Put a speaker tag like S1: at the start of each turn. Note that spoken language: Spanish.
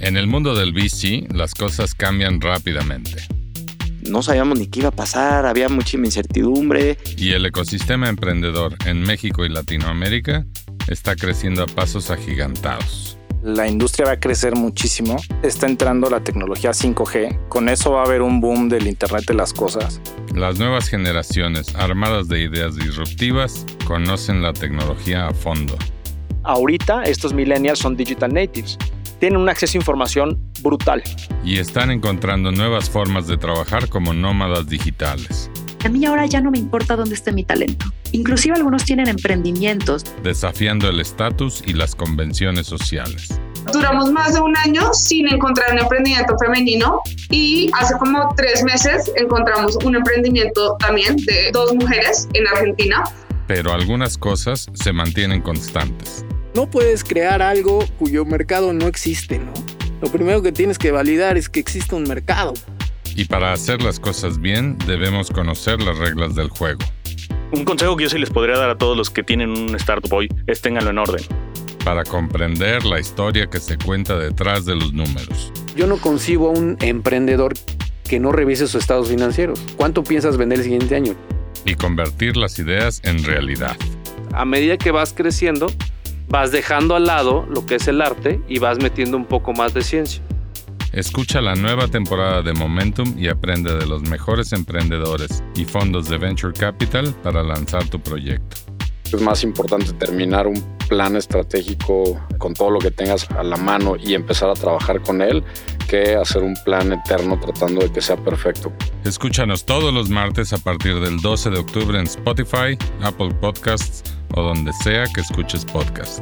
S1: En el mundo del bici, las cosas cambian rápidamente.
S2: No sabíamos ni qué iba a pasar, había muchísima incertidumbre.
S1: Y el ecosistema emprendedor en México y Latinoamérica está creciendo a pasos agigantados.
S3: La industria va a crecer muchísimo. Está entrando la tecnología 5G. Con eso va a haber un boom del Internet de las Cosas.
S1: Las nuevas generaciones, armadas de ideas disruptivas, conocen la tecnología a fondo.
S4: Ahorita estos millennials son digital natives. Tienen un acceso a información brutal.
S1: Y están encontrando nuevas formas de trabajar como nómadas digitales.
S5: A mí ahora ya no me importa dónde esté mi talento. Inclusive algunos tienen emprendimientos.
S1: Desafiando el estatus y las convenciones sociales.
S6: Duramos más de un año sin encontrar un emprendimiento femenino y hace como tres meses encontramos un emprendimiento también de dos mujeres en Argentina.
S1: Pero algunas cosas se mantienen constantes.
S7: No puedes crear algo cuyo mercado no existe, ¿no? Lo primero que tienes que validar es que existe un mercado.
S1: Y para hacer las cosas bien debemos conocer las reglas del juego.
S8: Un consejo que yo sí les podría dar a todos los que tienen un startup hoy es ténganlo en orden.
S1: Para comprender la historia que se cuenta detrás de los números.
S9: Yo no concibo a un emprendedor que no revise sus estados financieros. ¿Cuánto piensas vender el siguiente año?
S1: Y convertir las ideas en realidad.
S10: A medida que vas creciendo, vas dejando al lado lo que es el arte y vas metiendo un poco más de ciencia.
S1: Escucha la nueva temporada de Momentum y aprende de los mejores emprendedores y fondos de Venture Capital para lanzar tu proyecto.
S11: Es más importante terminar un plan estratégico con todo lo que tengas a la mano y empezar a trabajar con él que hacer un plan eterno tratando de que sea perfecto.
S1: Escúchanos todos los martes a partir del 12 de octubre en Spotify, Apple Podcasts o donde sea que escuches podcast.